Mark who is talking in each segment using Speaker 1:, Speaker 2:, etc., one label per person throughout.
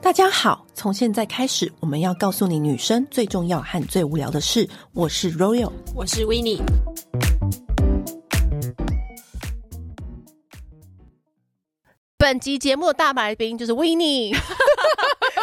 Speaker 1: 大家好，从现在开始，我们要告诉你女生最重要和最无聊的事。我是 Royal，
Speaker 2: 我是 w i n n i e
Speaker 1: 本集节目的大来宾就是 w i n n i e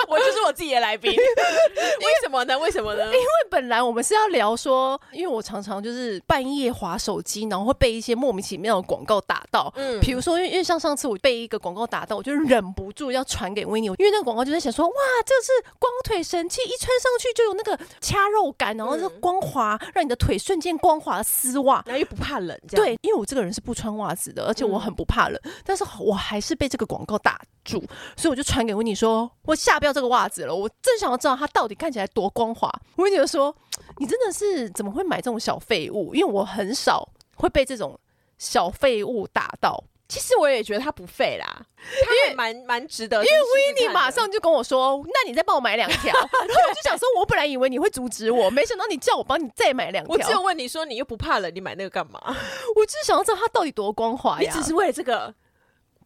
Speaker 2: 我就是我自己的来 宾。为什么呢？为什么呢？
Speaker 1: 因为 本来我们是要聊说，因为我常常就是半夜划手机，然后会被一些莫名其妙的广告打到。
Speaker 2: 嗯
Speaker 1: 嗯，比如说，因为因为像上次我被一个广告打到，我就忍不住要传给维尼，因为那个广告就在想说，哇，这是光腿神器，一穿上去就有那个掐肉感，然后是光滑，让你的腿瞬间光滑的丝袜。
Speaker 2: 然后又不怕冷，这样
Speaker 1: 对，因为我这个嗯人是不穿袜子的，而且我很不怕冷，但是我还是被这个广告打住，所以我就传给温妮说，我下标这个袜子了。我正想要知道它到底看起来多光滑。温妮就说，你真的是怎么会买这种小废物？因为我很少会被这种小废物打 到。
Speaker 2: 其实我也觉得他不废啦，因为蛮蛮值得试试看的。因
Speaker 1: 温妮马上就跟我说，那你再帮我买两条。然后我就想说，我本来以为你会阻止我，没想到你叫我帮你再买两条。
Speaker 2: 我只有问你说，你又不怕冷，你买那个干嘛？
Speaker 1: 我只是想要知道它到底多光滑
Speaker 2: 你
Speaker 1: 呀，
Speaker 2: 只是为了这个？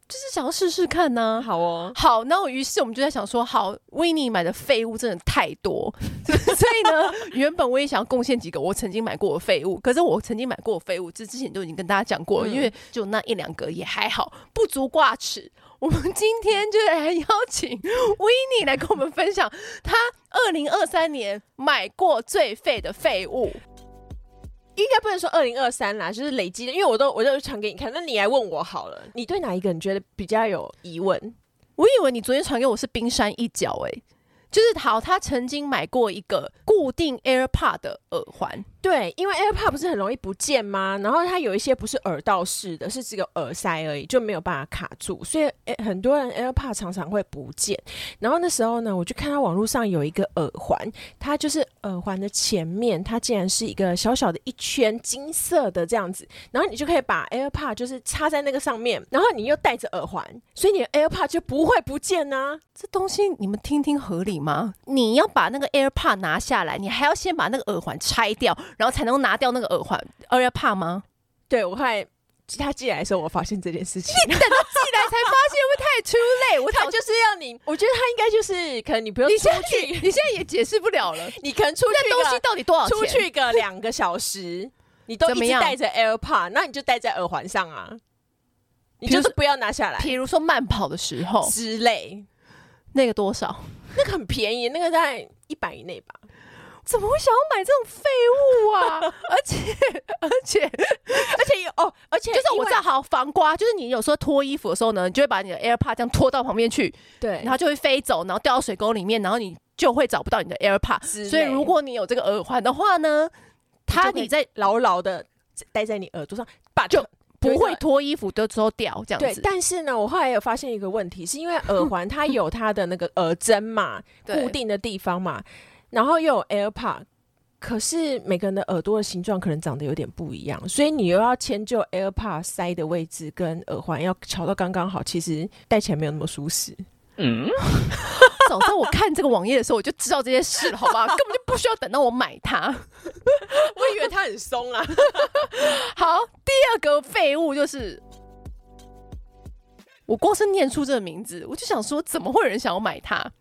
Speaker 1: 就是想要试试看呢、
Speaker 2: 好哦，
Speaker 1: 好，那我于是我们就在想说，好，维尼买的废物真的太多，所以 呢，原本我也想要贡献几个我曾经买过的废物，可是我曾经买过的废物，这之前都已经跟大家讲过了，
Speaker 2: 嗯
Speaker 1: 因为就那一两个也还好，不足挂齿。我们今天就来邀请维尼来跟我们分享他二零二三年买过最废的废物。
Speaker 2: 应该不能说二零二三啦，就是累积的，因为我都我都传给你看，那你来问我好了，你对哪一个你觉得比较有疑问？
Speaker 1: 我以为你昨天传给我是冰山一角、欸，就是好，他曾经买过一个固定 AirPod 的耳环。
Speaker 2: 对，因为 AirPod 不是很容易不见吗？然后它有一些不是耳道式的，是只有耳塞而已，就没有办法卡住，所以、诶很多人 AirPod 常常会不见。然后那时候呢，我就看到网络上有一个耳环，它就是耳环的前面，它竟然是一个小小的一圈金色的这样子，然后你就可以把 AirPod 就是插在那个上面，然后你又戴着耳环，所以你的 AirPod 就不会不见啊呢、
Speaker 1: 这东西你们听听合理吗？你要把那个 AirPod 拿下来，你还要先把那个耳环拆掉，然后才能拿掉那个耳环 AirPod 吗？
Speaker 2: 对我后来他寄来的时候，我发现这件事情。
Speaker 1: 你等到寄来才发现，会不会太 too late？我
Speaker 2: 他
Speaker 1: 早
Speaker 2: 就
Speaker 1: 就是
Speaker 2: 要你，我觉得他应该就是可能你不用
Speaker 1: 你
Speaker 2: 出
Speaker 1: 现在也
Speaker 2: 去，
Speaker 1: 你现在也解释不了了，
Speaker 2: 你可能出
Speaker 1: 那东
Speaker 2: 去
Speaker 1: 西
Speaker 2: 个
Speaker 1: 到底多少钱？
Speaker 2: 出去个两个小时，你都
Speaker 1: 怎
Speaker 2: 一
Speaker 1: 么
Speaker 2: 直
Speaker 1: 样
Speaker 2: 戴着 AirPod，那你就戴在耳环上啊，你
Speaker 1: 比如
Speaker 2: 就
Speaker 1: 说哦
Speaker 2: 是不要拿下来
Speaker 1: 比如说慢跑的时候，
Speaker 2: 之类。
Speaker 1: 那个多少？
Speaker 2: 那个很便宜，那个在一百以内吧。
Speaker 1: 怎么会想要买这种废物啊？ 而且而且
Speaker 2: 而且有哦，而且
Speaker 1: 就是我知
Speaker 2: 在
Speaker 1: 道，好防刮，就是你有时候脱衣服的时候呢，你就会把你的 AirPod 这样拖到旁边去，
Speaker 2: 对
Speaker 1: 然，后就会飞走，然后掉到水沟里面，然后你就会找不到你的 AirPod。
Speaker 2: 之类
Speaker 1: 所以如果你有这个耳环的话呢，它
Speaker 2: 就可以
Speaker 1: 你在
Speaker 2: 牢牢的戴在你耳朵上，把
Speaker 1: 就
Speaker 2: 它
Speaker 1: 不会脱衣服的时候掉这样
Speaker 2: 对
Speaker 1: 子，。
Speaker 2: 但是呢，我后来有发现一个问题，是因为耳环它有它的那个耳针嘛，
Speaker 1: 对
Speaker 2: 固定的地方嘛，然后又有 AirPod，可是每个人的耳朵的形状可能长得有点不一样，所以你又要迁就 AirPod 塞的位置跟耳环要调到刚刚好，其实戴起来没有那么舒适。
Speaker 1: 早知道我看这个网页的时候，我就知道这些事了，好 吧？根本就不需要等到我买 它。
Speaker 2: 我以为它很松啊，
Speaker 1: 好，第二个废物就是。我光是念出这个名字，我就想说，怎么会有人想要买它？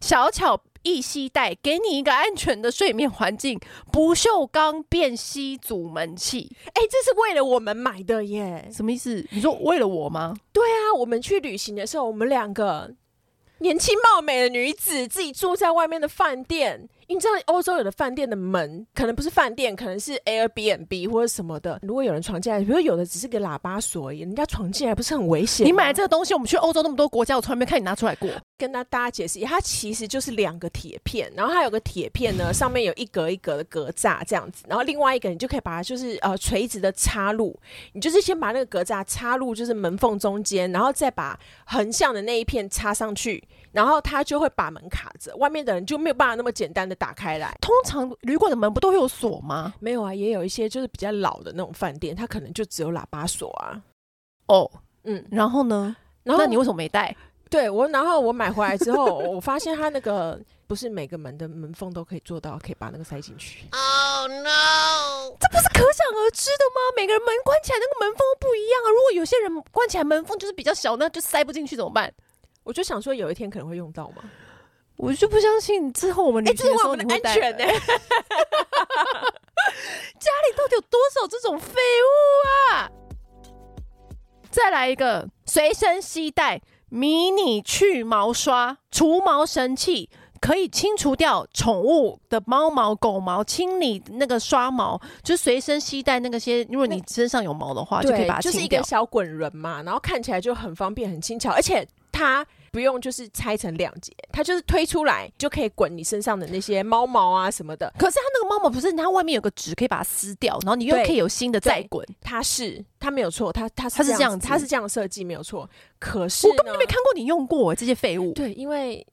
Speaker 1: 小巧易吸带，给你一个安全的睡眠环境，不锈钢便吸阻门器，
Speaker 2: 哎、这是为了我们买的耶。
Speaker 1: 什么意思？你说为了我吗？
Speaker 2: 对啊，我们去旅行的时候，我们两个年轻貌美的女子自己住在外面的饭店。你知道欧洲有的饭店的门可能不是饭店，可能是 Airbnb 或者什么的。如果有人闯进来，比如有的只是个喇叭锁而已，人家闯进来不是很危险吗？
Speaker 1: 你买这个东西，我们去欧洲那么多国家，我从来没看你拿出来过。
Speaker 2: 跟大大家解释一下，它其实就是两个铁片，然后它有个铁片呢，上面有一格一格的格栅这样子，然后另外一个你就可以把它就是呃垂直的插入，你就是先把那个格栅插入就是门缝中间，然后再把横向的那一片插上去，然后它就会把门卡着，外面的人就没有办法那么简单的打开来。
Speaker 1: 通常旅馆的门不都会有锁吗？
Speaker 2: 没有啊，也有一些就是比较老的那种饭店，它可能就只有喇叭锁啊，
Speaker 1: 哦，啊
Speaker 2: 嗯，
Speaker 1: 然后呢？
Speaker 2: 然后
Speaker 1: 那你为什么没带？
Speaker 2: 对我，然后我买回来之后，我发现它那个不是每个门的门缝都可以做到，可以把那个塞进去。
Speaker 1: 这不是可想而知的吗？每个人门关起来那个门缝都不一样啊。如果有些人关起来门缝就是比较小，那就塞不进去怎么办？
Speaker 2: 我就想说，有一天可能会用到嘛。
Speaker 1: 我就不相信之后我们
Speaker 2: 哎、
Speaker 1: 旅
Speaker 2: 这
Speaker 1: 行
Speaker 2: 是
Speaker 1: 的
Speaker 2: 为
Speaker 1: 时候
Speaker 2: 我
Speaker 1: 你
Speaker 2: 们
Speaker 1: 会
Speaker 2: 的安
Speaker 1: 带
Speaker 2: 全呢、
Speaker 1: 来家里到底有多少这种废物啊？再来一个，随身携带迷你去毛刷、除毛神器，可以清除掉宠物的猫毛、狗毛，清理那个刷毛，就随身携带那个些，如果你身上有毛的话，就可以把它
Speaker 2: 就是
Speaker 1: 清
Speaker 2: 一
Speaker 1: 掉
Speaker 2: 个。小滚轮嘛，然后看起来就很方便、很轻巧，而且它不用就是拆成两节，它就是推出来就可以滚你身上的那些猫毛啊什么的。
Speaker 1: 可是它那个猫毛不是，它外面有个纸可以把它撕掉，然后你又
Speaker 2: 对
Speaker 1: 可以有新的再
Speaker 2: 对
Speaker 1: 滚。
Speaker 2: 它是它没有错，它它
Speaker 1: 它
Speaker 2: 是
Speaker 1: 是这
Speaker 2: 这样
Speaker 1: 样
Speaker 2: 子，
Speaker 1: 子
Speaker 2: 它是这样设计没有错。可是
Speaker 1: 我根本
Speaker 2: 呢
Speaker 1: 就没看过你用过这些废 物。
Speaker 2: 对，因为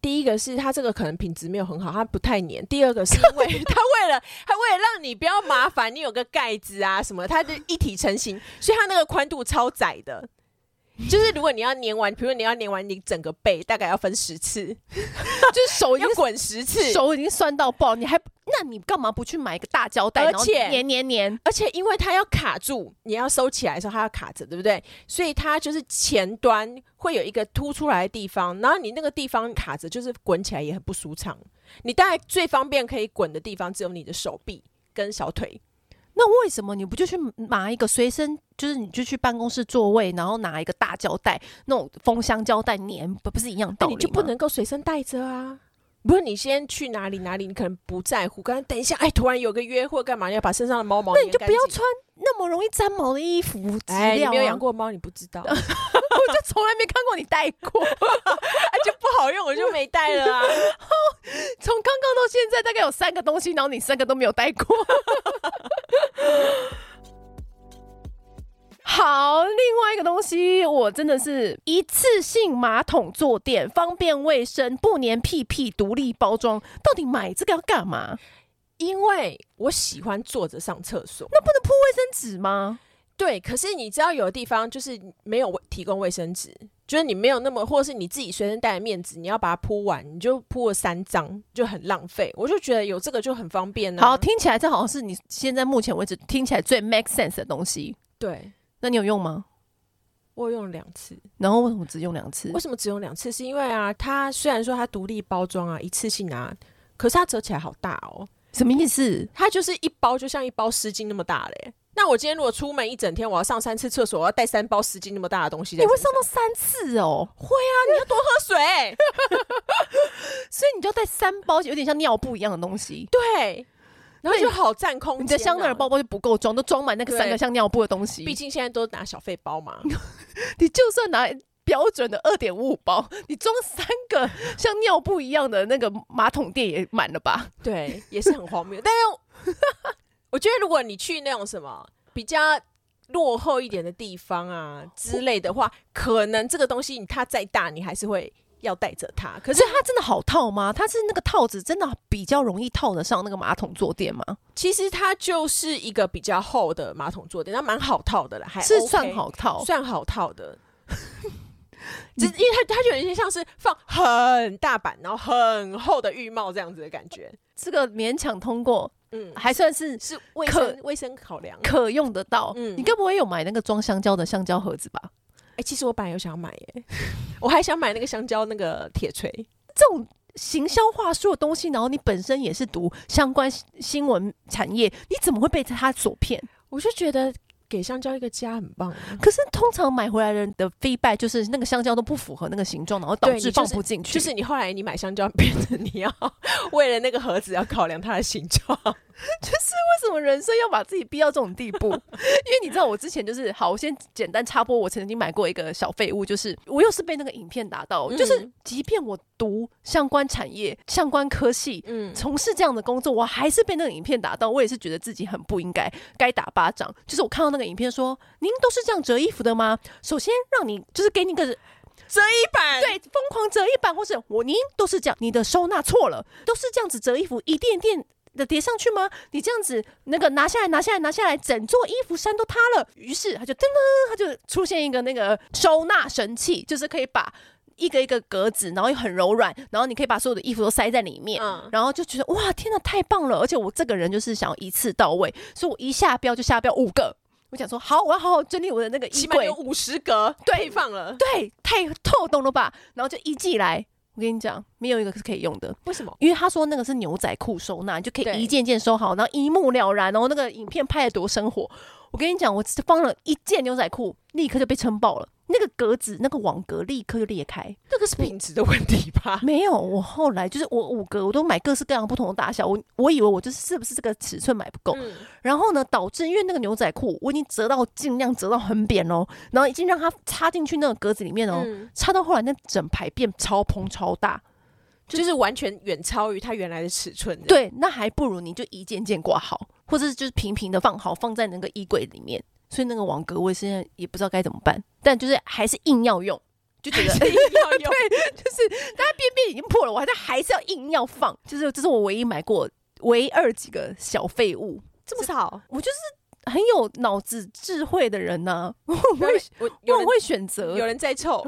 Speaker 2: 第一个是它这个可能品质没有很好，它不太粘；第二个是因为 它为了它为了让你不要麻烦，你有个盖子啊什么，它就一体成型，所以它那个宽度超窄的。就是如果你要粘完，比如你要粘完你整个背，大概要分十次，
Speaker 1: 就是手已经
Speaker 2: 要滚十次。
Speaker 1: 手已经酸到爆，你还那你干嘛不去买一个大胶带，
Speaker 2: 而
Speaker 1: 然后
Speaker 2: 且
Speaker 1: 粘粘粘？
Speaker 2: 而且因为它要卡住，你要收起来的时候它要卡着，对不对？所以它就是前端会有一个凸出来的地方，然后你那个地方卡着，就是滚起来也很不舒畅。你大概最方便可以滚的地方只有你的手臂跟小腿，
Speaker 1: 那为什么你不就去拿一个随身，就是你就去办公室座位，然后拿一个大胶带那种封箱胶带粘，不不是一样道
Speaker 2: 那
Speaker 1: 理
Speaker 2: 你
Speaker 1: 吗
Speaker 2: 就不能够随身带着啊。不是你先去哪里哪里，你可能不在乎。刚等一下，哎，突然有个约会干嘛？你要把身上的猫毛
Speaker 1: 那你就
Speaker 2: 粘干
Speaker 1: 不要
Speaker 2: 净
Speaker 1: 穿那么容易沾毛的衣服质
Speaker 2: 哎，你
Speaker 1: 料、啊。
Speaker 2: 没有养，过猫，你不知 道，啊，
Speaker 1: 我就从来没看过你戴过。
Speaker 2: 就不好用，我就没带了啊。
Speaker 1: 从刚刚到现在，大概有三个东西，然后你三个都没有带过。 好，另外一个东西，我真的是一次性马桶坐垫，方便卫生，不粘屁屁，独立包装。到底买这个要干嘛？
Speaker 2: 因为我喜欢坐着上厕所，
Speaker 1: 那不能铺卫生纸吗？
Speaker 2: 对，可是你知道有的地方就是没有提供卫生纸，就是你没有那么，或是你自己随身带的面纸，你要把它铺完，你就铺了三张，就很浪费。我就觉得有这个就很方便啊呢、
Speaker 1: 好，，听起来这好像是你现在目前为止听起来最 make sense 的东西。
Speaker 2: 对
Speaker 1: 那你有用吗？
Speaker 2: 我用了两次，
Speaker 1: 然后为什么只用两次
Speaker 2: 为？什么只用两次？是因为啊，它虽然说它独立包装啊，一次性啊，可是它折起来好大哦，
Speaker 1: 什么意思？
Speaker 2: 它就是一包就像一包湿巾那么大嘞、那我今天如果出门一整天，我要上三次厕所，我要带三包湿巾那么大的东西在
Speaker 1: 你
Speaker 2: 身上，
Speaker 1: 会上到三次哦，
Speaker 2: 喝水。
Speaker 1: 欸所以你就要带三包，有点像尿布一样的东西。
Speaker 2: 对，然后就好占空间、啊
Speaker 1: 你的香奈儿，包包就不够装，都装满那个三个
Speaker 2: 对
Speaker 1: 像尿布的东西。
Speaker 2: 毕竟现在都拿小费包 嘛。
Speaker 1: 你就算拿标准的二点五五包，你装三个像尿布一样的那个马桶垫也满了吧？
Speaker 2: 对，也是很荒谬。但是我觉得，如果你去那种什么比较落后一点的地方啊之类的话，可能这个东西它再大，你还是会要带着它。可
Speaker 1: 可
Speaker 2: 是
Speaker 1: 是它真的好套吗？它是那个套子真的比较容易套得上那个马桶坐垫吗？
Speaker 2: 其实它就是一个比较厚的马桶坐垫，那蛮好套的了，还、
Speaker 1: 是算，好套？
Speaker 2: 算好套 的。只因为它它就有一些像是放很大版，然后很厚的浴帽这样子的感觉。
Speaker 1: 这个勉强通过，
Speaker 2: 嗯，
Speaker 1: 还算是
Speaker 2: 是卫
Speaker 1: 可
Speaker 2: 生卫生考量。哎、
Speaker 1: 可用得到。
Speaker 2: 嗯
Speaker 1: 你该不会有买那个装香蕉的橡胶盒子吧？
Speaker 2: 哎其实我本来有想要买耶、我还想买那个香蕉那个铁锤。
Speaker 1: 这种行销话术的东西，然后你本身也是读相关新闻产业，你怎么会被他所骗？
Speaker 2: 我就觉得给香蕉一个家很棒、啊，
Speaker 1: 可是通常买回来人的 feedback 就是那个香蕉都不符合那个形状，然后导
Speaker 2: 对
Speaker 1: 致
Speaker 2: 你
Speaker 1: 放
Speaker 2: 就是
Speaker 1: 不进去。
Speaker 2: 就是你后来你买香蕉变成你要 为了那个盒子要考量它的形状。
Speaker 1: 为什么人生要把自己逼到这种地 步？因为你知道，我之前就是好，我先简单插播，我曾经买过一个小废物，就是我又是被那个影片打到，
Speaker 2: 嗯
Speaker 1: 就是即便我读相关产业、相关科系，
Speaker 2: 嗯，
Speaker 1: 从事这样的工作，我还是被那个影片打到，我也是觉得自己很不应该，该打巴掌。就是我看到那个影片说，您都是这样折衣服的吗？首先让你就是给你一个
Speaker 2: 折一版，
Speaker 1: 对疯狂折一版，或是我您都是这样，你的收纳错了，都是这样子折衣服，一垫一垫。的叠上去吗？你这样子那个拿下来，拿下来，拿下来，整座衣服衫都塌了。于是他就噔噔，他就出现一个那个收纳神器，就是可以把一个一个格子，然后又很柔软，然后你可以把所有的衣服都塞在里面。
Speaker 2: 嗯，
Speaker 1: 然后就觉得哇，天呐，太棒了！而且我这个人就是想要一次到位，所以我一下标就下标五个。我想说，好，我要好好整理我的那个衣
Speaker 2: 起码
Speaker 1: 柜
Speaker 2: 有，五十格
Speaker 1: 对
Speaker 2: 配放了。
Speaker 1: 对，太透懂了吧？然后就一寄来，我跟你讲，没有一个是可以用的，
Speaker 2: 为什么？
Speaker 1: 因为他说那个是牛仔裤收纳，你就可
Speaker 2: 对
Speaker 1: 以一件件收好，然后一目了然。然后那个影片拍的多生活，我跟你讲，我只放了一件牛仔裤，立刻就被撑爆了，那个格子那个网格立刻就裂开。
Speaker 2: 这个是品质的问题吧？
Speaker 1: 没有，我后来就是我五格我都买各式各样不同的大小，我我以为我就是是不是这个尺寸买不够，
Speaker 2: 嗯，
Speaker 1: 然后呢，导致因为那个牛仔裤我已经折到尽量折到很扁喽，然后已经让它插进去那个格子里面哦，
Speaker 2: 嗯
Speaker 1: 插到后来那整排变超蓬超大。
Speaker 2: 就是完全远超于它原来的尺寸。，
Speaker 1: 对，那还不如你就一件件挂好，或者是就是平平的放好，放在那个衣柜里面。所以那个网格我现在也不知道该怎么办，但就是还是硬要用，就觉得
Speaker 2: 一定要用。
Speaker 1: 这边已经破了，我还在还是要硬要放，就是这是我唯一买过唯二几个小废物，
Speaker 2: 这么少，
Speaker 1: 我就是很有脑子智慧的人呢、我
Speaker 2: 有人
Speaker 1: 会
Speaker 2: 我有
Speaker 1: 我
Speaker 2: 人
Speaker 1: 会选择，
Speaker 2: 有人在凑，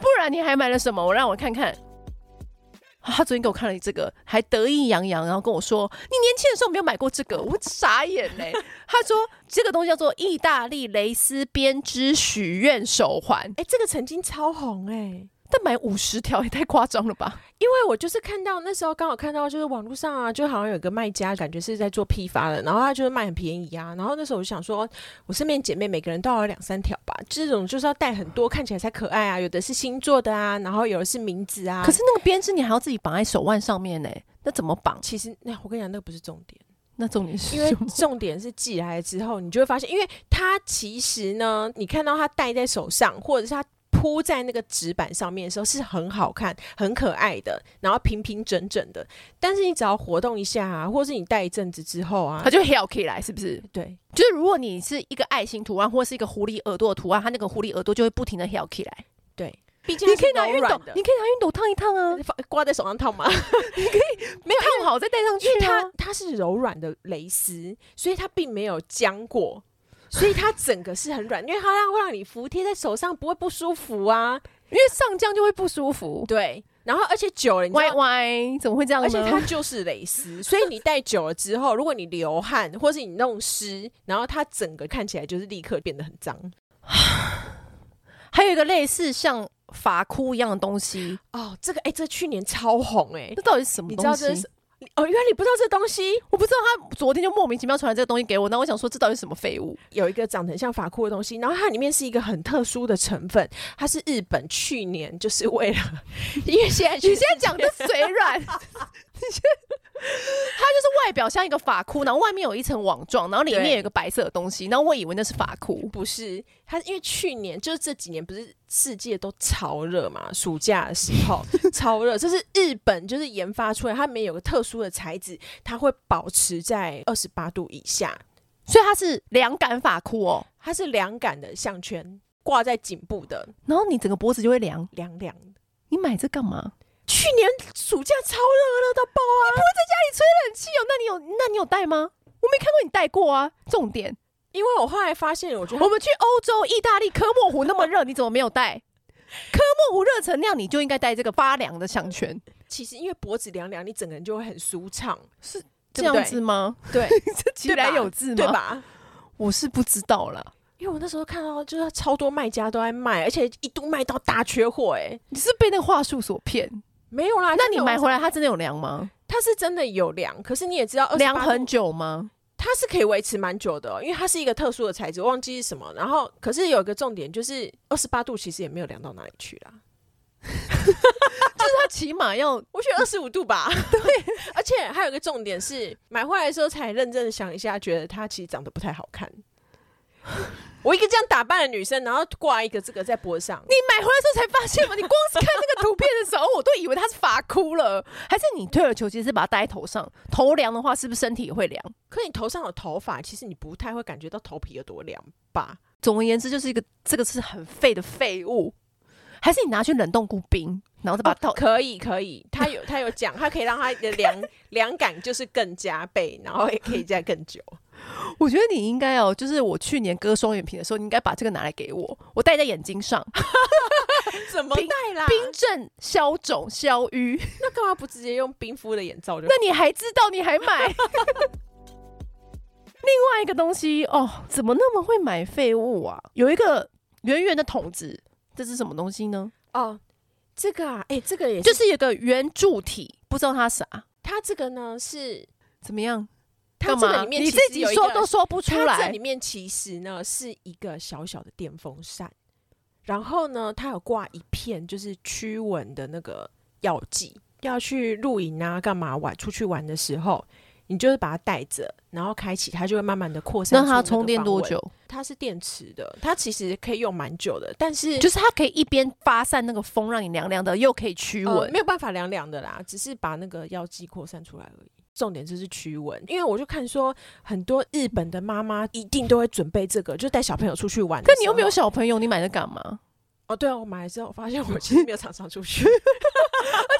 Speaker 1: 不然你还买了什么？我让我看看。啊他昨天给我看了这个，还得意洋洋，然后跟我说：“你年轻的时候没有买过这个。”我傻眼 嘞、他说：“这个东西叫做意大利蕾丝编织许愿手环，
Speaker 2: 哎，这个曾经超红哎。
Speaker 1: 但买五十条也太夸张了吧？
Speaker 2: 因为我就是看到那时候刚好看到，就是网络上啊，就好像有个卖家，感觉是在做批发的，然后他就是卖很便宜啊。然后那时候我就想说，我身边姐妹每个人都要有两三条吧，这种就是要带很多，看起来才可爱啊。有的是星座的啊，然后有的是名字啊。
Speaker 1: 可是那个编织你还要自己绑在手腕上面呢、那怎么绑？
Speaker 2: 其实那我跟你讲，那个不是重点。
Speaker 1: 那重点是
Speaker 2: 因为
Speaker 1: 什么？
Speaker 2: 重点是寄来之后，你就会发现，因为它其实呢，你看到它戴在手上，或者是它铺在那个纸板上面的时候，是很好看、很可爱的，然后平平整整的。但是你只要活动一下、啊，或是你戴一阵子之后啊
Speaker 1: 它，就 hell 可以来是不是？
Speaker 2: 对，
Speaker 1: 就是如果你是一个爱心图案或是一个狐狸耳朵的图案，它那个狐狸耳朵就会不停的 hell 起来。
Speaker 2: 毕竟
Speaker 1: 你可以拿
Speaker 2: 它是柔
Speaker 1: 熨斗
Speaker 2: 软，的
Speaker 1: 你可以啊拿熨斗烫一烫啊，
Speaker 2: 放挂在手上套吗？
Speaker 1: 烫好再戴上去、
Speaker 2: 因为
Speaker 1: 啊。
Speaker 2: 它它是柔软的蕾丝，所以它并没有僵过。所以它整个是很软，因为它让会让你服贴在手上，不会不舒服啊。
Speaker 1: 因为上浆就会不舒服。
Speaker 2: 对，然后而且久了，你知道
Speaker 1: 歪歪，怎么会这样呢？
Speaker 2: 而且它就是蕾丝，所以你戴久了之后，如果你流汗或是你弄湿，然后它整个看起来就是立刻变得很脏
Speaker 1: 还有一个类似像发箍一样的东西，
Speaker 2: 哦。这个哎、这去年超红哎、
Speaker 1: 那到底是什么
Speaker 2: 你
Speaker 1: 东
Speaker 2: 知
Speaker 1: 西？
Speaker 2: 道这是哦？原来你不知道这东西
Speaker 1: 我不知道他昨天就莫名其妙传来这个东西给我，那我想说这到底是什么废物？
Speaker 2: 有一个长得很像发箍的东西，然后它里面是一个很特殊的成分，它是日本去年就是为了， 因为现在
Speaker 1: 你现在讲的嘴软，你现 在它就是外表像一个发箍，然后外面有一层网状，然后里面
Speaker 2: 对
Speaker 1: 有一个白色的东西，然后我以为那是发箍。
Speaker 2: 不是，它因为去年就是这几年不是世界都超热嘛，暑假的时候超热，这是日本就是研发出来，它里面有个特殊的材质，它会保持在二十八度以下，
Speaker 1: 所以它是凉感发箍哦，
Speaker 2: 它是凉感的项圈，挂在颈部的，
Speaker 1: 然后你整个脖子就会凉。
Speaker 2: 凉凉的。
Speaker 1: 你买这干嘛？
Speaker 2: 去年暑假超热，热到爆啊！
Speaker 1: 冷气哦，那你有那你有戴吗？我没看过你戴过啊。重点，
Speaker 2: 因为我后来发现，我觉得
Speaker 1: 我们去欧洲、意大利科莫湖那么热，你怎么没有带？ 科莫湖热成那样，你就应该带这个发凉的项圈，
Speaker 2: 其实因为脖子凉凉，你整个人就会很舒畅，
Speaker 1: 这
Speaker 2: 对不
Speaker 1: 样
Speaker 2: 对
Speaker 1: 子吗？
Speaker 2: 对
Speaker 1: 这其来有字
Speaker 2: 对
Speaker 1: 吗？
Speaker 2: 吧？
Speaker 1: 我是不知道啦。
Speaker 2: 因为我那时候看到，就是超多卖家都在卖，而且一度卖到大缺货、哎，
Speaker 1: 你是被那个话术所骗？
Speaker 2: 没有啦，
Speaker 1: 啊那
Speaker 2: 真的
Speaker 1: 你
Speaker 2: 有
Speaker 1: 买回来它真的有凉吗？
Speaker 2: 它是真的有凉，可是你也知道，
Speaker 1: 凉很，久吗？
Speaker 2: 它是可以维持蛮久的哦、因为它是一个特殊的材质，我忘记是什么。然后，可是有一个重点就是，二十八度其实也没有凉到哪里去啦，
Speaker 1: 它起码要
Speaker 2: 我觉得二十五度吧。 对，而且还有一个重点是，买回来的时候才认真的想一下，觉得它其实长得不太好看。我一个这样打扮的女生，然后挂一个这个在脖子上，
Speaker 1: 你买回来的时候才发现吗？你光是看那个图片的时候，我都以为它是发箍 了，还是你退而求其次把它戴在头上？头凉的话，是不是身体也会凉？
Speaker 2: 可你头上有头发，其实你不太会感觉到头皮有多凉吧？
Speaker 1: 总而言之，就是一个这个是很废的废物，还是你拿去冷冻固冰，然后再把它
Speaker 2: 哦
Speaker 1: 套、
Speaker 2: 可以可以，他有他有讲，他可以让他的凉凉感就是更加倍，然后也可以再更久。
Speaker 1: 我觉得你应该哦，就是我去年割双眼皮的时候，你应该把这个拿来给我，我戴在眼睛上，
Speaker 2: 怎么戴啦？
Speaker 1: 冰镇、消肿、消瘀。
Speaker 2: 那干嘛不直接用冰敷的眼罩就
Speaker 1: 那？你还知道，你还买？另 外一个东西哦，怎么那么会买废物啊？有一个圆圆的桶子，这是什么东西呢？
Speaker 2: 哦，这个啊，哎、这个也
Speaker 1: 就是是有个圆柱体，不知道它啥，
Speaker 2: 它这个呢是
Speaker 1: 怎么样？
Speaker 2: 它
Speaker 1: 干
Speaker 2: 这
Speaker 1: 嘛？
Speaker 2: 个里面
Speaker 1: 你
Speaker 2: 其
Speaker 1: 自
Speaker 2: 实
Speaker 1: 己
Speaker 2: 有一
Speaker 1: 说
Speaker 2: 个
Speaker 1: 都说不出
Speaker 2: 它这
Speaker 1: 来
Speaker 2: 里，面其实呢是一个小小的电风扇，然后呢，它有挂一片就是驱蚊的那个药剂，要去露营啊，干嘛玩出去玩的时候，你就是把它带着，然后开启，它就会慢慢的扩散。
Speaker 1: 那它充电多？久？
Speaker 2: 它是电池的，它其实可以用蛮久的，但是
Speaker 1: 就是它可以一边发散那个风，让你凉凉的，又可以驱
Speaker 2: 呃
Speaker 1: 蚊。
Speaker 2: 没有办法凉凉的啦，只是把那个药剂扩散出来而已。重点就是驱蚊，因为我就看说很多日本的妈妈一定都会准备这个，就带小朋友出去玩的时
Speaker 1: 可
Speaker 2: 候。
Speaker 1: 你又没有小朋友，你买那干嘛？而
Speaker 2: 哦，对啊，我买了之后发现我其实没有常常出 去。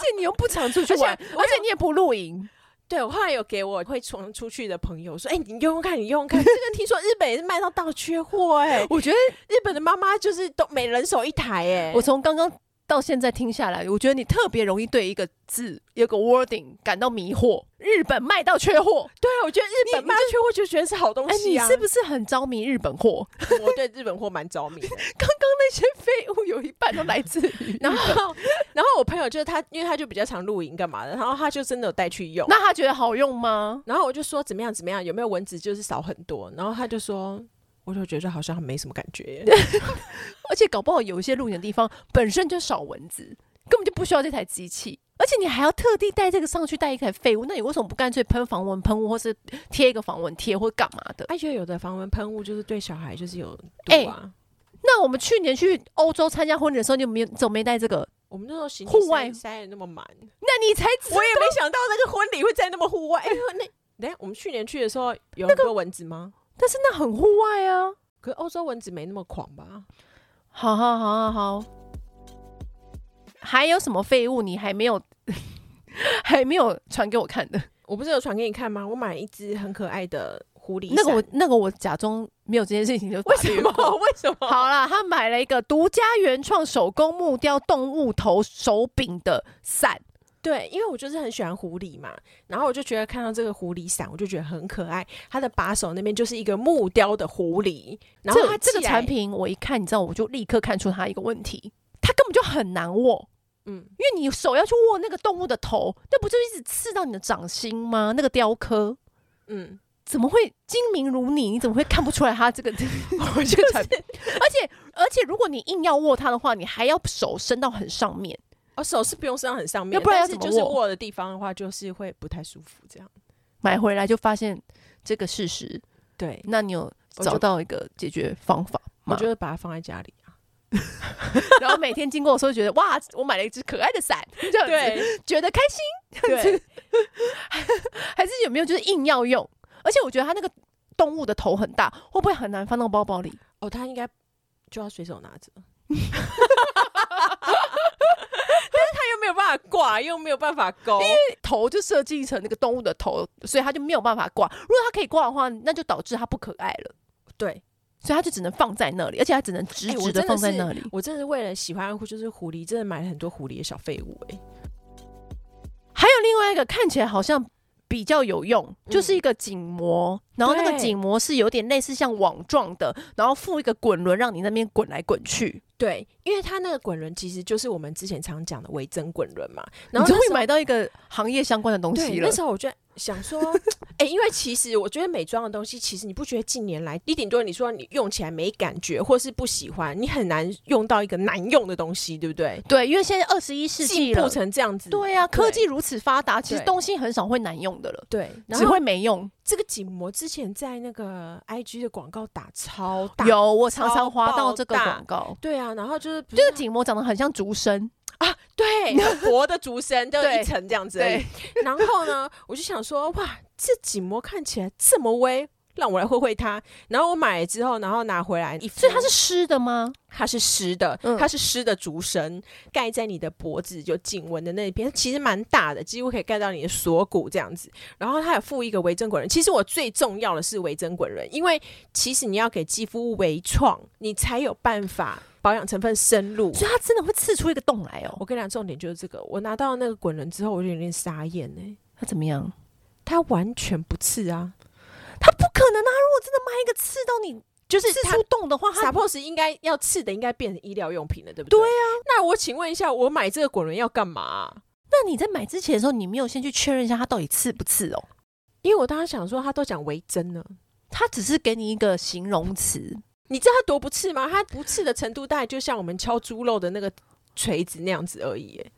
Speaker 1: 且你又不常出去
Speaker 2: 而且
Speaker 1: 玩，而且你也不露营。
Speaker 2: 对我后来有给我会常出去的朋友说：“哎、你用用看，你用用看，这个听说日本也是卖到到缺货哎、
Speaker 1: 我觉得
Speaker 2: 日本的妈妈就是都每人手一台哎、
Speaker 1: 我从刚刚到现在听下来，我觉得你特别容易对一个字、有个 wording 感到迷惑。日本卖到缺货，
Speaker 2: 对啊，我觉得日本
Speaker 1: 你
Speaker 2: 卖到缺货就觉得是好东
Speaker 1: 哎、
Speaker 2: 西
Speaker 1: 你
Speaker 2: 啊。
Speaker 1: 是不是很着迷日本货？
Speaker 2: 是我对日本货蛮着迷的？
Speaker 1: 刚刚那些废物有一半都来自于
Speaker 2: 然后，然后我朋友就是他，因为他就比较常露营干嘛的，然后他就真的有带去用。
Speaker 1: 那他觉得好用吗？
Speaker 2: 然后我就说怎么样怎么样，有没有蚊子就是少很多，然后他就说。我就觉得好像没什么感觉耶，
Speaker 1: 而且搞不好有一些露营的地方本身就少蚊子，根本就不需要这台机器。而且你还要特地带这个上去，带一台废物，那你为什么不干脆喷防蚊喷雾，或是贴一个防蚊贴，或干嘛的？
Speaker 2: 而且有的防蚊喷雾就是对小孩就是有
Speaker 1: 哎
Speaker 2: 毒啊。
Speaker 1: 那我们去年去欧洲参加婚礼的时候，你有没有怎么没带这个？
Speaker 2: 我们那时候行
Speaker 1: 户外
Speaker 2: 塞的那么满，
Speaker 1: 那你才知
Speaker 2: 我也没想到那个婚礼会在那么户外。哎呦，那等一下我们去年去的时候有很多蚊子吗？
Speaker 1: 但是那很户外啊。
Speaker 2: 可是欧洲蚊子没那么狂吧？
Speaker 1: 好好好好好。还有什么废物你还没有 还没有传给我看的？
Speaker 2: 我不是有传给你看吗？我买了一只很可爱的狐狸伞，
Speaker 1: 那个我那个我假装没有这件事情就
Speaker 2: 为什
Speaker 1: 把它略过
Speaker 2: 么？为什么？
Speaker 1: 好啦，他买了一个独家原创手工木雕动物头手柄的伞，
Speaker 2: 对，因为我就是很喜欢狐狸嘛，然后我就觉得看到这个狐狸伞，我就觉得很可爱。它的把手那边就是一个木雕的狐狸，然后
Speaker 1: 这
Speaker 2: 它
Speaker 1: 这个
Speaker 2: 寄来
Speaker 1: 产，品我一看，你知道，我就立刻看出它一个问题，它根本就很难握，
Speaker 2: 嗯，
Speaker 1: 因为你手要去握那个动物的头，那不就一直刺到你的掌心吗？那个雕刻
Speaker 2: 嗯，
Speaker 1: 怎么会精明如你？你怎么会看不出来它这个？
Speaker 2: 我嗯就
Speaker 1: 产品而且而且，如果你硬要握它的话，你还要手伸到很上面。
Speaker 2: 哦，手是不用伸到很上面，
Speaker 1: 要不然要
Speaker 2: 但是
Speaker 1: 怎么
Speaker 2: 就是
Speaker 1: 握
Speaker 2: 握的地方的话，就是会不太舒服这样。
Speaker 1: 买回来就发现这个事实，
Speaker 2: 对，
Speaker 1: 那你有
Speaker 2: 我就
Speaker 1: 找到一个解决方法
Speaker 2: 我
Speaker 1: 吗？
Speaker 2: 就会把它放在家里啊。
Speaker 1: 然后每天经过的时候，觉得哇，我买了一只可爱的伞，这样子，觉得开心。
Speaker 2: 对，
Speaker 1: 还是有没有就是硬要用？而且我觉得它那个动物的头很大，会不会很难放到包包里？
Speaker 2: 哦，它应该就要随手拿 着。但是它又没有办法挂，又没有办法勾，
Speaker 1: 头就设计成那个动物的头，所以它就没有办法挂。如果它可以挂的话，那就导致它不可爱了，
Speaker 2: 对。
Speaker 1: 所以它就只能放在那里，而且它只能直
Speaker 2: 哎我
Speaker 1: 直
Speaker 2: 真
Speaker 1: 的
Speaker 2: 的
Speaker 1: 放在
Speaker 2: 是
Speaker 1: 那里。
Speaker 2: 我真的是为了喜欢就是狐狸，真的买了很多狐狸的小废物哎、
Speaker 1: 还有另外一个看起来好像比较有用，就是一个颈膜，然后那个
Speaker 2: 嗯对
Speaker 1: 颈膜是有点类似像网状的，然后附一个滚轮让你那边滚来滚去。
Speaker 2: 对，因为它那个滚轮其实就是我们之前常讲的微针滚轮嘛。然
Speaker 1: 你
Speaker 2: 后
Speaker 1: 终
Speaker 2: 那时
Speaker 1: 于
Speaker 2: 候
Speaker 1: 买到一个行业相关的东
Speaker 2: 对，
Speaker 1: 西
Speaker 2: 那
Speaker 1: 了。
Speaker 2: 时候我就想 说，哎、因为其实我觉得美妆的东西，其实你不觉得近年来，你顶多你说你用起来没感觉，或是不喜欢，你很难用到一个难用的东西，对不对？
Speaker 1: 对，因为现在二十一世纪
Speaker 2: 进
Speaker 1: 了
Speaker 2: 步，成这样子，
Speaker 1: 对啊，科技如此发达，其实
Speaker 2: 对
Speaker 1: 东西很少会难用的了，
Speaker 2: 对。然
Speaker 1: 只
Speaker 2: 后
Speaker 1: 会没用。
Speaker 2: 这个颈膜之前在那个 IG 的广告打超大，
Speaker 1: 有，我常常
Speaker 2: 超
Speaker 1: 滑到
Speaker 2: 爆
Speaker 1: 这个
Speaker 2: 大
Speaker 1: 广告，
Speaker 2: 对啊，然后就是不
Speaker 1: 这
Speaker 2: 是
Speaker 1: 个颈膜长得很像竹笙，
Speaker 2: 对，很薄的竹笙，就
Speaker 1: 对
Speaker 2: 一层这样子而已。 然后呢，我就想说，哇，这颈膜看起来这么微，让我来会会它。然后我买了之后，然后拿回来一敷，
Speaker 1: 所以它是湿的吗？
Speaker 2: 它是湿的，
Speaker 1: 嗯
Speaker 2: 它是湿的竹笙，盖在你的脖子就颈纹的那边，其实蛮大的，几乎可以盖到你的锁骨这样子。然后它有附一个微针滚轮，其实我最重要的是微针滚轮，因为其实你要给肌肤微创，你才有办法保养成分深入。
Speaker 1: 所以它真的会刺出一个洞来
Speaker 2: 我
Speaker 1: 哦。
Speaker 2: 跟你讲，重点就是这个。我拿到那个滚轮之后，我就有点傻眼呢、
Speaker 1: 它怎么样？
Speaker 2: 它完全不刺啊！
Speaker 1: 它不可能啊！如果真的卖一个刺到你
Speaker 2: 就是
Speaker 1: 刺
Speaker 2: 它
Speaker 1: 出洞的话，它
Speaker 2: suppose 应该要刺的，应该变成医疗用品了，对不对？对啊。那我请问一下，我买这个滚轮要干嘛啊、
Speaker 1: 那你在买之前的时候，你没有先去确认一下它到底刺不刺哦？
Speaker 2: 因为我当时想说，他都讲微针了，
Speaker 1: 它只是给你一个形容词，
Speaker 2: 你知道他多不刺吗？他不刺的程度大概就像我们敲猪肉的那个锤子那样子而已欸耶，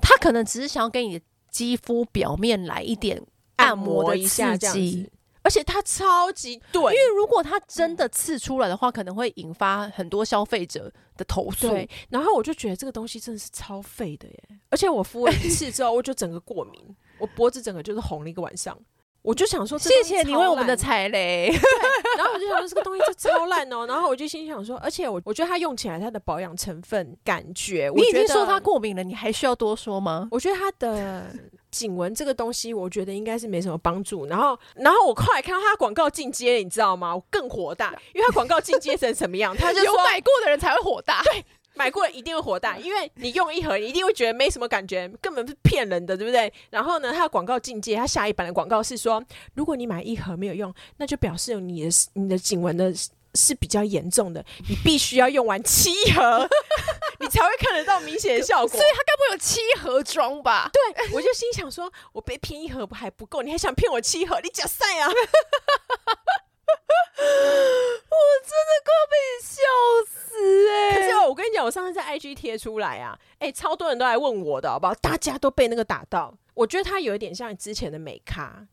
Speaker 1: 它可能只是想要给你的肌肤表面来一点按摩
Speaker 2: 的
Speaker 1: 的
Speaker 2: 一下
Speaker 1: 刺
Speaker 2: 这样
Speaker 1: 激。
Speaker 2: 子。而且它超级对，
Speaker 1: 因为如果它真的刺出来的话，可能会引发很多消费者的投诉。
Speaker 2: 对，然后我就觉得这个东西真的是超废的耶！而且我敷了一次之后，我就整个过敏， 我脖子整个就是红了一个晚上。我就想说，这
Speaker 1: 谢
Speaker 2: 东西
Speaker 1: 谢你
Speaker 2: 超
Speaker 1: 为我们的
Speaker 2: 烂
Speaker 1: 踩雷。
Speaker 2: 然后我就想说这个东西这超烂哦，然后我就心想说，而且我我觉得它用起来它的保养成分感觉，我
Speaker 1: 你已
Speaker 2: 觉
Speaker 1: 经
Speaker 2: 得
Speaker 1: 说它，过敏了，你还需要多说吗？
Speaker 2: 我觉得它的颈纹这个东西，我觉得应该是没什么帮助。然后然后我后来看到它广告进阶，你知道吗？我更火大，因为它广告进阶成什么样？它就
Speaker 1: 有
Speaker 2: 说
Speaker 1: 买过的人才会火大。对，
Speaker 2: 买过一定会火大，因为你用一盒，你一定会觉得没什么感觉，根本是骗人的，对不对？然后呢，它的广告境界，它下一版的广告是说，如果你买一盒没有用，那就表示你的你的颈纹的是是比较严重的，你必须要用完七盒， 你才会看得到明显的效果
Speaker 1: 所。以它该不会有七盒装吧？对，
Speaker 2: 对，我就心想说，我被骗一盒还不够，你还想骗我七盒？你假赛啊！
Speaker 1: 我真的快要被笑死 哎、
Speaker 2: 可 是哦我跟你讲，我上次在 IG 贴出来啊，哎、超多人都来问我的，好不好？大家都被那个打到，我觉得它有一点像之前的美咖，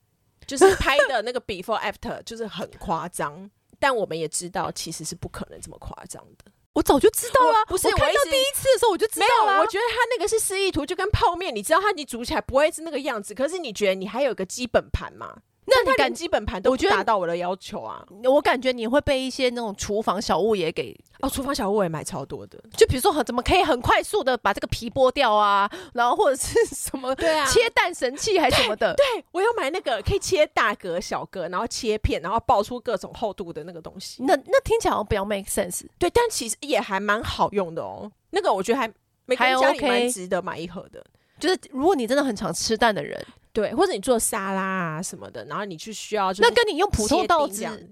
Speaker 2: 就是拍的那个 before after，就是很夸张。但我们也知道，其实是不可能这么夸张的。
Speaker 1: 我早就知道了
Speaker 2: 我，不是
Speaker 1: 我看
Speaker 2: 我一
Speaker 1: 到
Speaker 2: 直
Speaker 1: 第一次的时候我就知
Speaker 2: 没
Speaker 1: 道
Speaker 2: 有，
Speaker 1: 了。
Speaker 2: 我觉得它那个是示意图，就跟泡面，你知道它你煮起来不会是那个样子，可是你觉得你还有一个基本盘嘛？
Speaker 1: 那
Speaker 2: 但它
Speaker 1: 你
Speaker 2: 连
Speaker 1: 感
Speaker 2: 基本盘都
Speaker 1: 我
Speaker 2: 不
Speaker 1: 觉得
Speaker 2: 达到我的要求啊！
Speaker 1: 我感觉你会被一些那种厨房小物也给，
Speaker 2: 哦，厨房小物也买超多的，
Speaker 1: 就比如说很怎么可以很快速的把这个皮剥掉啊，然后或者是什么
Speaker 2: 对啊
Speaker 1: 切蛋神器还什么的，
Speaker 2: 对，我有买那个可以切大格、小格，然后切片，然后爆出各种厚度的那个东西。
Speaker 1: 那那听起来好像比较 make sense。
Speaker 2: 对，但其实也还蛮好用的哦。那个我觉得还每个
Speaker 1: 还
Speaker 2: 人家里
Speaker 1: OK
Speaker 2: 蛮值得买一盒的。
Speaker 1: 就是如果你真的很常吃蛋的人，
Speaker 2: 对，或者你做沙拉啊什么的，然后你去需要就是
Speaker 1: 那跟你用普
Speaker 2: 切
Speaker 1: 通
Speaker 2: 丁
Speaker 1: 刀
Speaker 2: 这样
Speaker 1: 子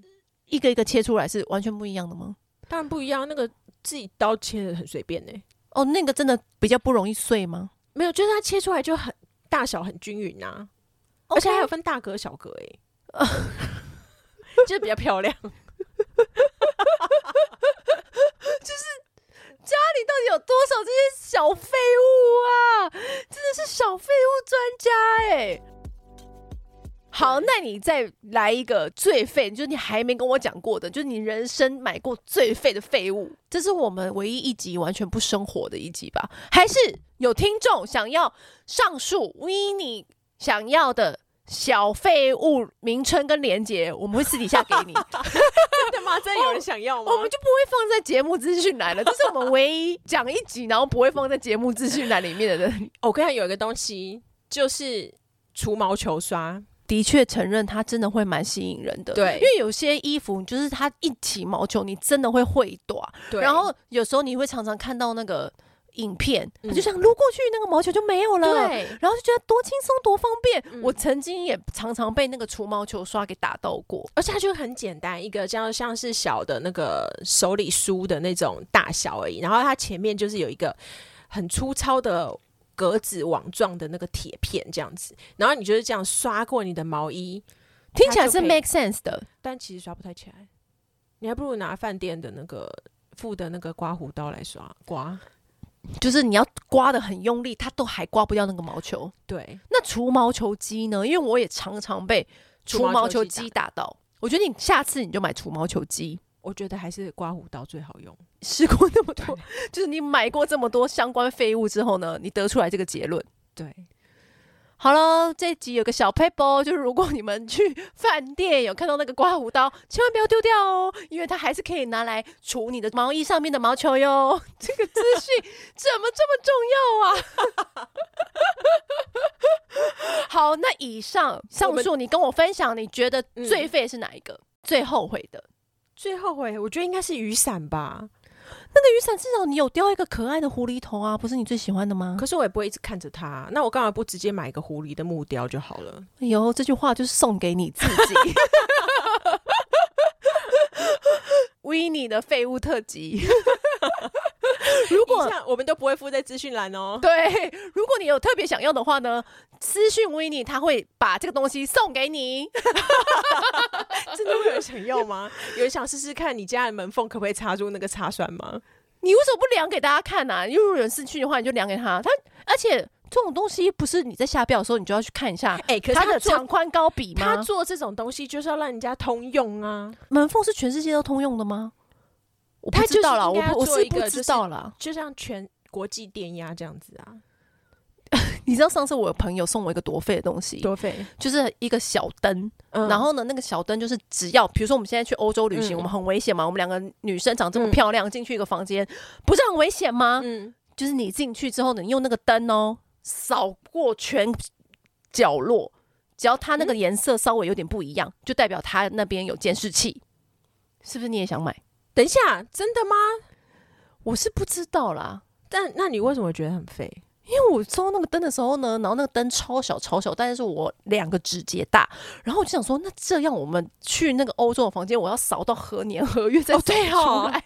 Speaker 1: 一个一个切出来是完全不一样的吗？
Speaker 2: 当然不一样，那个自己刀切的很随便呢、
Speaker 1: 哦，那个真的比较不容易碎吗？
Speaker 2: 没有，就是它切出来就很大小很均匀啊而且还有分大格小格 诶、就是比较漂 亮。
Speaker 1: 到底有多少这些小废物啊？真的是小废物专家哎、好，那你再来一个最废，就是你还没跟我讲过的，就是你人生买过最废的废物。这是我们唯一一集完全不生活的一集吧？还是有听众想要上述维尼想要的小废物名称跟连接，我们会私底下给你。
Speaker 2: 真的吗？真的有人想要吗？
Speaker 1: 我们就不会放在节目资讯栏了，这是我们唯一讲一集，然后不会放在节目资讯栏里面的人。
Speaker 2: 我跟你讲，有一个东西就是除毛球刷，
Speaker 1: 的确承认，它真的会蛮吸引人的。
Speaker 2: 对
Speaker 1: 因为有些衣服，就是它一起毛球，你真的会会短。
Speaker 2: 对
Speaker 1: 然后有时候你会常常看到那个影片，
Speaker 2: 嗯
Speaker 1: 它就像撸过去，那个毛球就没有了。。
Speaker 2: 对，
Speaker 1: 然后就觉得多轻松多方便。
Speaker 2: 嗯
Speaker 1: 我曾经也常常被那个除毛球刷给打到过。
Speaker 2: 而且它就很简单，一个叫像是小的那个手里书的那种大小而已，然后它前面就是有一个很粗糙的格子网状的那个铁片这样子，然后你就是这样刷过你的毛衣，
Speaker 1: 听起来
Speaker 2: 它
Speaker 1: 是
Speaker 2: 就可以
Speaker 1: make sense 的，
Speaker 2: 但其实刷不太起来，你还不如拿饭店的那个附的那个刮胡刀来刷刮。
Speaker 1: 就是你要刮的很用力，它都还刮不掉那个毛球。
Speaker 2: 对，
Speaker 1: 那除毛球机呢？因为我也常常被除毛球机打到。我觉得你下次你就买除毛球机。
Speaker 2: 我觉得还是刮胡刀最好用。
Speaker 1: 试过那么多，就是你买过这么多相关废物之后呢，你得出来这个结论。
Speaker 2: 对，
Speaker 1: 好了，这一集有个小 paper，就是哦如果你们去饭店有看到那个刮胡刀，千万不要丢掉哦，因为它还是可以拿来除你的毛衣上面的毛球哟。 这个资讯怎么这么重要啊？ 好，那以上上述你跟我分享，你觉得最废是哪一个？最后悔的
Speaker 2: 最后悔，我觉得应该是雨伞吧，
Speaker 1: 那个雨伞，至少你有雕一个可爱的狐狸头啊，不是你最喜欢的吗？
Speaker 2: 可是我也不会一直看着它，那我干嘛不直接买一个狐狸的木雕就好了？
Speaker 1: 哎呦， 这句话就是送给你自己。维尼的废物特辑。 如果
Speaker 2: 以上我们都不会附在资讯栏 哦。
Speaker 1: 对，如果你有特别想要的话呢，私讯维尼，他会把这个东西送给你。
Speaker 2: 真的会有人想要吗？有人想试试看你家的门缝可不可以插入那个插栓吗？
Speaker 1: 你为什么不量给大家看呢、啊？因为如果有人失去的话，你就量给他。他而且这种东西不是你在下标的时候，你就要去看一下
Speaker 2: 哎、可是
Speaker 1: 它
Speaker 2: 他
Speaker 1: 的
Speaker 2: 的
Speaker 1: 长
Speaker 2: 做
Speaker 1: 宽高比
Speaker 2: 他
Speaker 1: 吗？
Speaker 2: 做这种东西就是要让人家通用啊，
Speaker 1: 门缝是全世界都通用的吗？我
Speaker 2: 它
Speaker 1: 不
Speaker 2: 就是
Speaker 1: 知道啦，
Speaker 2: 应
Speaker 1: 我
Speaker 2: 该
Speaker 1: 不
Speaker 2: 要
Speaker 1: 我
Speaker 2: 做
Speaker 1: 是
Speaker 2: 一
Speaker 1: 不
Speaker 2: 个
Speaker 1: 知
Speaker 2: 就是
Speaker 1: 道啦。
Speaker 2: 就像全国际电压这样子啊，
Speaker 1: 你知道上次我有朋友送我一个多费的东西，
Speaker 2: 多费。
Speaker 1: 就是一个小灯，
Speaker 2: 嗯
Speaker 1: 然后呢，那个小灯就是只要，比如说我们现在去欧洲旅行，
Speaker 2: 嗯
Speaker 1: 我们很危险嘛，我们两个女生长这么
Speaker 2: 嗯
Speaker 1: 漂亮，进去一个房间，不是很危险吗？
Speaker 2: 嗯，
Speaker 1: 就是你进去之后呢，你用那个灯哦，扫过全角落，只要它那个颜色稍微有点不一样，就代表它那边有监视器，是不是？你也想买？
Speaker 2: 等一下，真的吗？
Speaker 1: 我是不知道啦，
Speaker 2: 但那你为什么觉得很废？
Speaker 1: 因为我收那个灯的时候呢，然后那个灯超小超小，但是我两个指节大，然后我就想说，那这样我们去那个欧洲的房间，我要扫到何年何月再
Speaker 2: 哦对
Speaker 1: 扫出
Speaker 2: 哦
Speaker 1: 来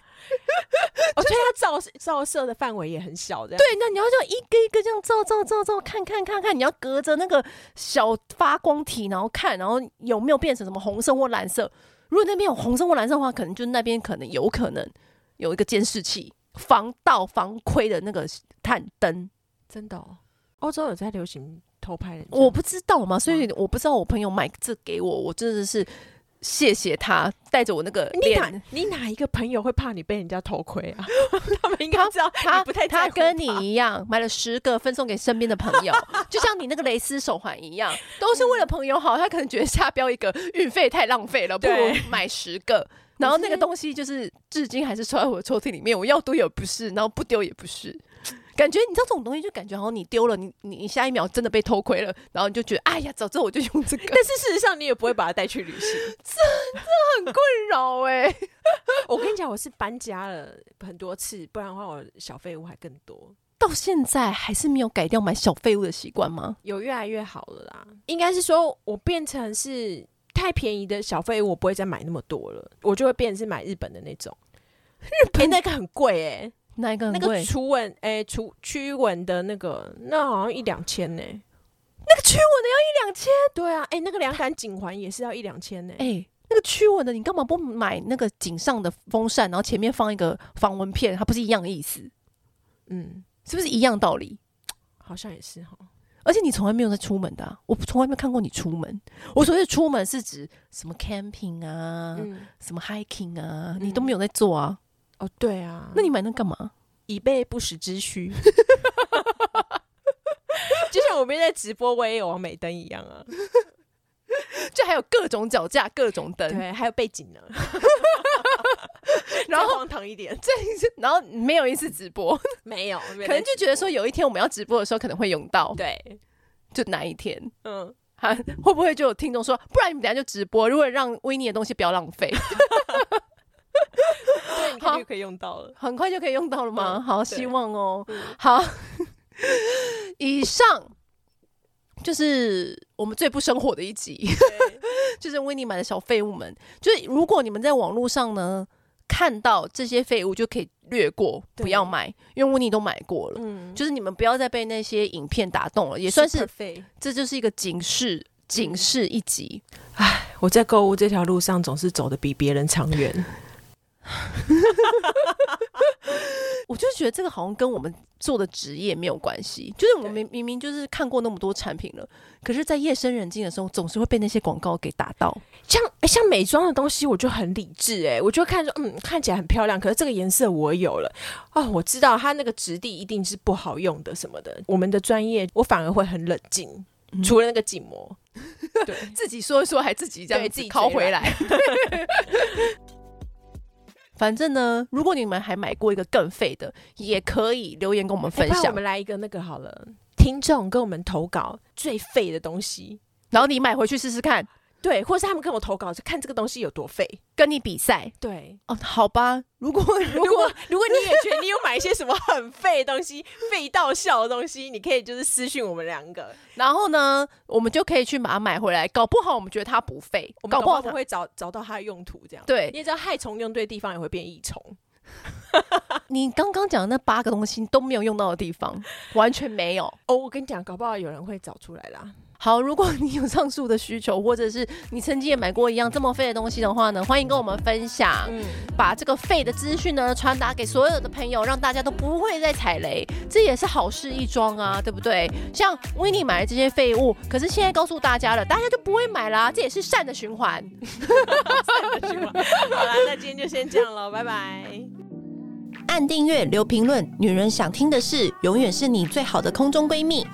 Speaker 2: 哦，所以它照照射的范围也很小，这样。
Speaker 1: 对，那你要就一个一个这样照照照照看看看看，你要隔着那个小发光体，然后看，然后有没有变成什么红色或蓝色。如果那边有红色或蓝色的话，可能就那边可能有可能有一个监视器，防盗防窥的那个探灯，
Speaker 2: 真的哦，欧洲有在流行偷拍人家，
Speaker 1: 我不知道嘛，所以我不知道我朋友买这给我，我真的是谢谢他带着我那个
Speaker 2: 你
Speaker 1: 脸
Speaker 2: 哪你哪一个朋友会怕你被人家偷窥 啊？他们应该知道
Speaker 1: 他
Speaker 2: 你不太在
Speaker 1: 他
Speaker 2: 乎吧
Speaker 1: 跟你一样买了十个分送给身边的朋友，就像你那个蕾丝手环一样，都是为了朋友好。他可能觉得下标一个运费太浪费了，不如
Speaker 2: 对
Speaker 1: 买十个。然后那个东西就是至今还是收在我的抽屉里面，我要丢也不是，然后不丢也不是。感觉你知道这种东西，就感觉好像你丢了，你你你下一秒真的被偷窥了，然后你就觉得哎呀，早知道我就用这个，
Speaker 2: 但是事实上，你也不会把它带去旅行。
Speaker 1: 困扰哎、
Speaker 2: 我跟你讲，我是搬家了很多次，不然的话我小废物还更多，
Speaker 1: 到现在还是没有改掉买小废物的习惯吗？
Speaker 2: 有越来越好了啦。应该是说我变成是太便宜的小废物，我不会再买那么多了，我就会变成是买日本的那种。日本、那个很贵哎、
Speaker 1: 那一个很
Speaker 2: 那
Speaker 1: 贵
Speaker 2: 个除蚊哎除驱蚊的那个，那好像一两千呢、
Speaker 1: 那个驱蚊的要一两千。
Speaker 2: 对啊，哎、那个两杆颈环也是要一两千呢、
Speaker 1: 哎、那个驱蚊的，你干嘛不买那个颈上的风扇，然后前面放一个防蚊片？它不是一样的意思，
Speaker 2: 嗯，
Speaker 1: 是不是一样道理？
Speaker 2: 好像也是哈。
Speaker 1: 而且你从来没有在出门的啊、我从来没有看过你出门。我所谓的出门是指什么 camping 啊，
Speaker 2: 嗯，
Speaker 1: 什么 hiking 啊，
Speaker 2: 嗯
Speaker 1: 你都没有在做啊。
Speaker 2: 哦对啊，
Speaker 1: 那你买那干嘛？
Speaker 2: 以备不时之需。 就像我们在直播，我也有王美灯一样啊。
Speaker 1: 就还有各种脚架、各种灯，
Speaker 2: 嗯对，还有背景 呢，
Speaker 1: 然
Speaker 2: 再
Speaker 1: 后
Speaker 2: 荒唐一点，
Speaker 1: 然后没有一次直播，
Speaker 2: 没有，可
Speaker 1: 可能就觉得说有一天我们要直播的时候可能会用到，
Speaker 2: 对，
Speaker 1: 就哪一天。
Speaker 2: 嗯，
Speaker 1: 还 会不会就有听众说，不然你们等下就直播，如果让维尼的东西不要浪费，
Speaker 2: 对，你
Speaker 1: 好
Speaker 2: 看就可以用到了。
Speaker 1: 很快就可以用到了吗？
Speaker 2: 嗯
Speaker 1: 好，
Speaker 2: 对
Speaker 1: 希望哦。
Speaker 2: 嗯
Speaker 1: 好， 以上就是我们最不生活的一集，
Speaker 2: 对
Speaker 1: 就是维尼买的小废物们。就是如果你们在网络上呢看到这些废物，就可以略过，
Speaker 2: 对
Speaker 1: 不要买，因为维尼都买过了。
Speaker 2: 嗯，
Speaker 1: 就是你们不要再被那些影片打动了，也算是
Speaker 2: 费。
Speaker 1: 这就是一个警示，警示一集。
Speaker 2: 我在购物这条路上总是走的比别人长远。
Speaker 1: 我就觉得这个好像跟我们做的职业没有关系，就是我们明明就是看过那么多产品了，可是，在夜深人静的时候，总是会被那些广告给打到。
Speaker 2: 像诶像美妆的东西，我就很理智哎、我就看说，嗯，看起来很漂亮，可是这个颜色我有了哦，我知道它那个质地一定是不好用的什么的。我们的专业，我反而会很冷静，
Speaker 1: 嗯
Speaker 2: 除了那个颈 膜，对，
Speaker 1: 自己说一说，还自己这样
Speaker 2: 对
Speaker 1: 子
Speaker 2: 自己
Speaker 1: 拷
Speaker 2: 追
Speaker 1: 回
Speaker 2: 来
Speaker 1: 来。反正呢，如果你们还买过一个更废的，也可以留言跟哎我们分
Speaker 2: 诶不然
Speaker 1: 享。
Speaker 2: 我们来一个那个好了，听众跟我们投稿最废的东西，
Speaker 1: 然后你买回去试试看，
Speaker 2: 对，或者是他们跟我投稿，就看这个东西有多废。
Speaker 1: 跟你比赛
Speaker 2: 对，
Speaker 1: 哦，好吧， 如果
Speaker 2: 如果如果你也觉得你有买一些什么很废的东西，废到笑的东西，你可以就是私讯我们两 个，
Speaker 1: 然后呢，我们就可以去把它买回来，搞不好我们觉得它不废
Speaker 2: 我，们
Speaker 1: 搞
Speaker 2: 搞
Speaker 1: 不好
Speaker 2: 不
Speaker 1: 它
Speaker 2: 会找找到它的用途这样。
Speaker 1: 对
Speaker 2: 你也知道害虫用对地方也会变益虫。
Speaker 1: 你刚刚讲的那八个东西都没有用到的地方， 完全没有。
Speaker 2: 哦，我跟你讲，搞不好有人会找出来啦。
Speaker 1: 好，如果你有上述的需求，或者是你曾经也买过一样这么废的东西的话呢，欢迎跟我们分享，
Speaker 2: 嗯，
Speaker 1: 把这个废的资讯呢传达给所有的朋友，让大家都不会再踩雷，这也是好事一桩啊，对不对？像维尼买的这些废物，可是现在告诉大家了，大家就不会买啦，这也是善的循环。
Speaker 2: 好啦，那今天就先这样喽，拜拜。
Speaker 3: 按订阅、留评论，女人想听的事，永远是你最好的空中闺蜜。